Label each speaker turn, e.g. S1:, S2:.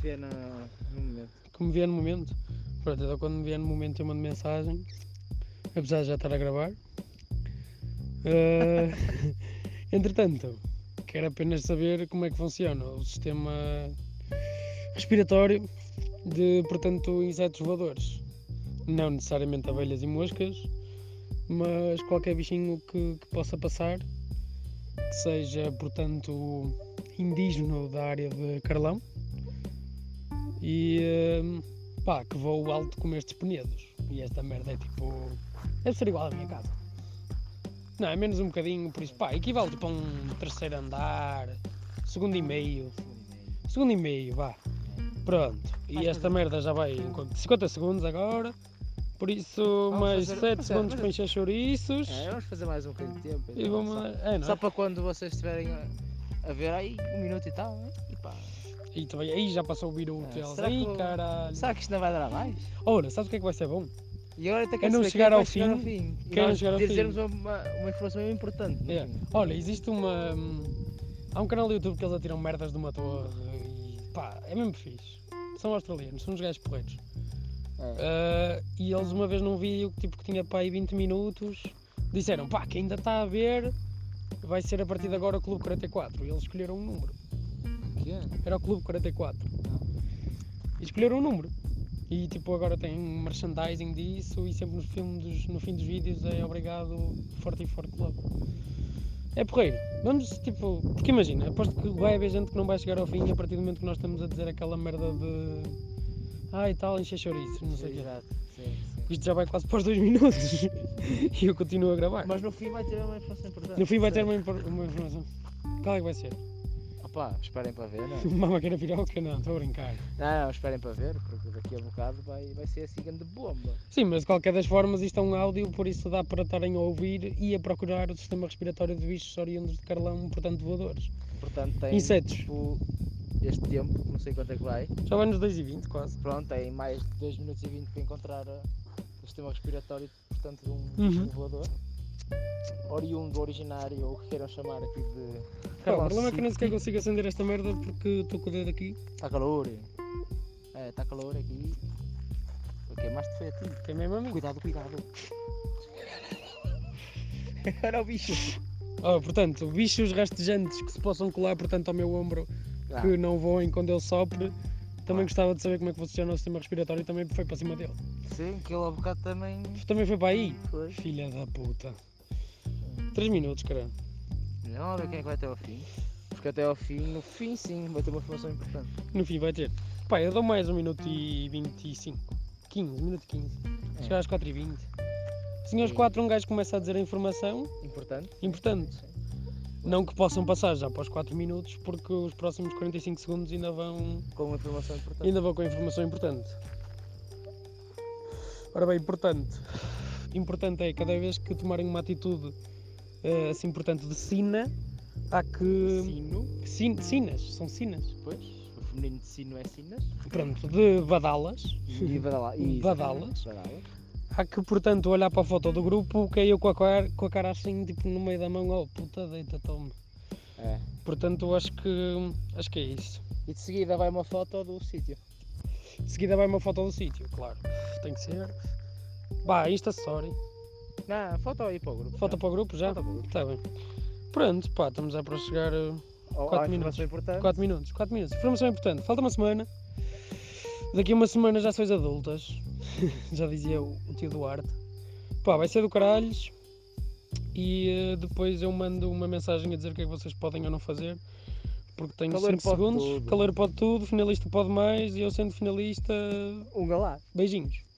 S1: vê na, no momento.
S2: que me vier no momento. Pronto, então quando me vier no momento eu mando mensagem, apesar de já estar a gravar. Eh, entretanto, quero apenas saber como é que funciona o sistema respiratório de, portanto, insetos voadores. Não necessariamente abelhas e moscas, mas qualquer bichinho que, que possa passar, que seja, portanto, indígena da área de Carlão. E eh, Pá, que vou alto com estes penedos. E esta merda é tipo. Deve ser igual à minha casa. Não, é menos um bocadinho, por isso, pá, equivale tipo a um terceiro andar, segundo e meio. Segundo e meio, vá. Pronto. E esta merda já vai em quanto? 50 segundos agora. Por isso,
S1: Vamos
S2: mais 7
S1: fazer- vamos
S2: segundos
S1: fazer-
S2: para encher chouriços.
S1: É, vamos fazer mais um bocadinho de tempo.
S2: E
S1: então,
S2: vamos.
S1: só,
S2: É, não
S1: só
S2: é?
S1: para quando vocês estiverem a, a ver aí um minuto e tal, né? e pá.
S2: E também, aí já passou o biru
S1: É,
S2: que eles.
S1: será que
S2: Aí,
S1: eu-
S2: caralho.
S1: Será que isto não vai dar mais?
S2: Ora, sabes o que é que vai ser bom?
S1: E agora até
S2: É
S1: quero
S2: não
S1: saber
S2: chegar
S1: quem é
S2: ao
S1: que vai chegar ao
S2: fim.
S1: fim.
S2: Quem não chegar ao fim.
S1: dizermos uma, uma informação mesmo importante. no
S2: É.
S1: fim.
S2: Olha, existe uma. hum, Há um canal do YouTube que eles atiram merdas de uma torre e pá, é mesmo fixe. São australianos, são uns gajos porreiros.
S1: É.
S2: Ah, e eles uma vez num vídeo que, tipo, que tinha pá aí 20 minutos disseram pá, quem ainda está a ver vai ser a partir de agora o Clube 44. E eles escolheram um número.
S1: Que é?
S2: Era o Clube 44.
S1: Ah.
S2: E escolheram um número. E tipo agora tem um merchandising disso e sempre no, filme dos- no fim dos vídeos é obrigado 44 Club. É porreiro. Vamos tipo. Porque imagina, aposto que vai haver gente que não vai chegar ao fim a partir do momento que nós estamos a dizer aquela merda de. Ah e tal, encher chouriços, não sei o quê.
S1: Exato. Sim, sim.
S2: Isto já vai quase para os dois minutos. e eu continuo a gravar.
S1: Mas no fim vai ter uma informação importante.
S2: no fim vai ter uma, impor- uma informação. Qual é que vai ser?
S1: Opa, esperem para ver, não é?
S2: Uma máquina piroca? Não, estou a brincar.
S1: Não, não, esperem para ver, porque daqui a bocado vai, vai ser assim grande bomba.
S2: Sim, mas de qualquer das formas isto é um áudio, por isso dá para estarem a ouvir e a procurar o sistema respiratório de bichos oriundos de Carlão, portanto voadores.
S1: Portanto, tem
S2: Insetos.
S1: tipo este tempo, não sei quanto é que vai.
S2: Já vai nos 2h20 quase.
S1: Pronto, tem mais de 2 minutos e 20 para encontrar uh, o sistema respiratório, portanto, de um,
S2: Uhum.
S1: de um voador. Oriundo, originário, ou o que queiram chamar aqui de.
S2: Pá, o problema é que nem sequer consigo acender esta merda porque estou com o dedo aqui.
S1: Está Tá calor. É, está calor aqui. O que mais te foi a ti?
S2: Que é mesmo a mim.
S1: Cuidado, cuidado. Era o bicho.
S2: Oh, portanto, bichos rastejantes que se possam colar portanto, ao meu ombro
S1: Ah,
S2: que não voem quando ele sopre. Também
S1: Claro.
S2: gostava de saber como é que funciona o sistema respiratório e também foi para cima dele.
S1: Sim, que ele ao bocado também
S2: Também foi para aí.
S1: foi.
S2: Filha da puta. 3 minutos, caralho.
S1: Não, olha quem é que vai até ao fim. Porque até ao fim, no fim sim, vai ter uma informação importante.
S2: No fim vai ter. Pá, eu dou mais um minuto e 25. 15, minuto e 15.
S1: É.
S2: Chegar às 4 e 20. Assim aos
S1: Sim.
S2: 4 um gajo começa a dizer a informação.
S1: Importante.
S2: Importante. Não que possam passar já para os 4 minutos, porque os próximos 45 segundos ainda vão,
S1: Com uma informação importante.
S2: ainda vão com a informação importante. Ora bem, importante. Importante é cada vez que tomarem uma atitude eh, assim, portanto, de sina, há que.
S1: Sino.
S2: Sin- sinas, são sinas.
S1: Pois. O feminino de sino é sinas.
S2: Pronto, de badalas.
S1: E
S2: Um
S1: badala. e- um
S2: Badalas.
S1: Badalas.
S2: Há que, portanto, olhar para a foto do grupo, caiu com a cara, com a cara assim, tipo, no meio da mão, oh puta, deita, toma.
S1: É.
S2: Portanto, acho que, acho que é isso.
S1: E de seguida vai uma foto do sítio.
S2: De seguida vai uma foto do sítio, claro. Tem que ser. Bah, Insta Story.
S1: Não, foto aí para o grupo.
S2: Foto para o grupo já?
S1: É. Foto para o grupo.
S2: Está bem. Pronto, pá, estamos já para chegar eh, a
S1: Ou-
S2: quatro
S1: ou
S2: minutos.
S1: informação importante.
S2: 4 minutos. 4 minutos. Informação importante. Falta uma semana. Daqui a uma semana já sois adultas. já dizia o, o tio Duarte. Pá, vai ser do caralhos. E eh, depois eu mando uma mensagem a dizer o que é que vocês podem ou não fazer. Porque tenho
S1: Calor
S2: 5
S1: pode
S2: segundos.
S1: tudo.
S2: Calor pode tudo, finalista pode mais. E eu sendo finalista.
S1: Um galá.
S2: Beijinhos.